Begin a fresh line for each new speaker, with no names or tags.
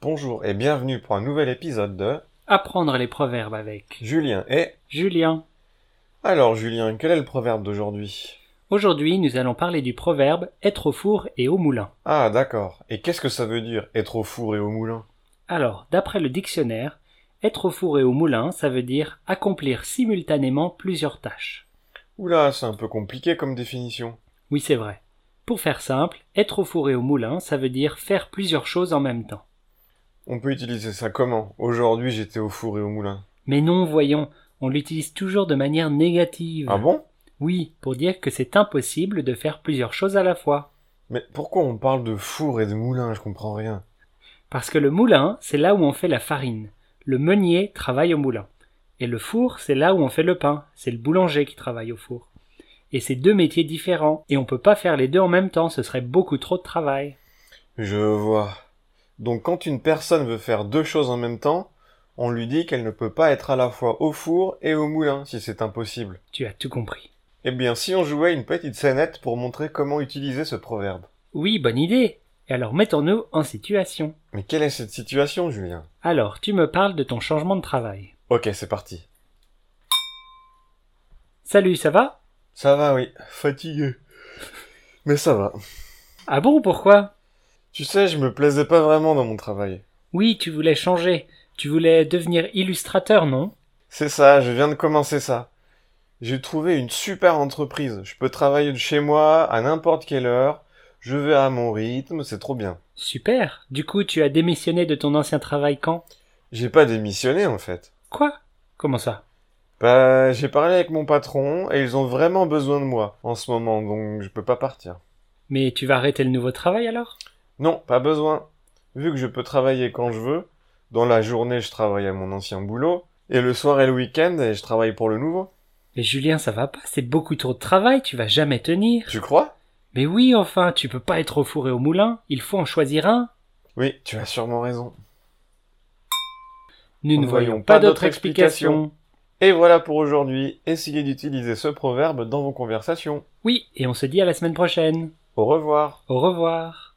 bonjour et bienvenue pour un nouvel épisode de
Apprendre les proverbes avec
Julien et...
Julien.
Alors Julien, quel est le proverbe d'aujourd'hui
Aujourd'hui, nous allons parler du proverbe être au four et au moulin.
Ah d'accord, et qu'est-ce que ça veut dire être au four et au moulin
Alors, d'après le dictionnaire, être au four et au moulin, ça veut dire accomplir simultanément plusieurs tâches.
Oula, c'est un peu compliqué comme définition.
Oui, c'est vrai. Pour faire simple, être au four et au moulin, ça veut dire faire plusieurs choses en même temps.
On peut utiliser ça comment Aujourd'hui j'étais au four et au moulin.
Mais non, voyons, on l'utilise toujours de manière négative.
Ah bon
Oui, pour dire que c'est impossible de faire plusieurs choses à la fois.
Mais pourquoi on parle de four et de moulin Je comprends rien.
Parce que le moulin, c'est là où on fait la farine. Le meunier travaille au moulin. Et le four, c'est là où on fait le pain. C'est le boulanger qui travaille au four. Et c'est deux métiers différents. Et on peut pas faire les deux en même temps, ce serait beaucoup trop de travail.
Je vois. Donc quand une personne veut faire deux choses en même temps, on lui dit qu'elle ne peut pas être à la fois au four et au moulin si c'est impossible.
Tu as tout compris.
Eh bien si on jouait une petite scénette pour montrer comment utiliser ce proverbe.
Oui, bonne idée. Et alors mettons-nous en situation.
Mais quelle est cette situation Julien
Alors, tu me parles de ton changement de travail.
Ok, c'est parti.
Salut, ça va
Ça va oui, fatigué. Mais ça va.
Ah bon, pourquoi
Tu sais, je me plaisais pas vraiment dans mon travail.
Oui, tu voulais changer. Tu voulais devenir illustrateur, non
C'est ça, je viens de commencer ça. J'ai trouvé une super entreprise. Je peux travailler de chez moi à n'importe quelle heure. Je vais à mon rythme, c'est trop bien.
Super. Du coup, tu as démissionné de ton ancien travail quand
J'ai pas démissionné en fait.
Quoi Comment ça
Bah, j'ai parlé avec mon patron et ils ont vraiment besoin de moi en ce moment, donc je peux pas partir.
Mais tu vas arrêter le nouveau travail alors
Non, pas besoin. Vu que je peux travailler quand je veux, dans la journée je travaille à mon ancien boulot, et le soir et le week-end et je travaille pour le nouveau.
Mais Julien, ça va pas, c'est beaucoup trop de travail, tu vas jamais tenir.
Tu crois
Mais oui, enfin, tu peux pas être au four et au moulin, il faut en choisir un.
Oui, tu as sûrement raison.
Nous
Nous
ne
voyons
voyons
pas
pas
d'autre
d'autre explication.
Et voilà pour aujourd'hui, essayez d'utiliser ce proverbe dans vos conversations.
Oui, et on se dit à la semaine prochaine.
Au revoir.
Au revoir.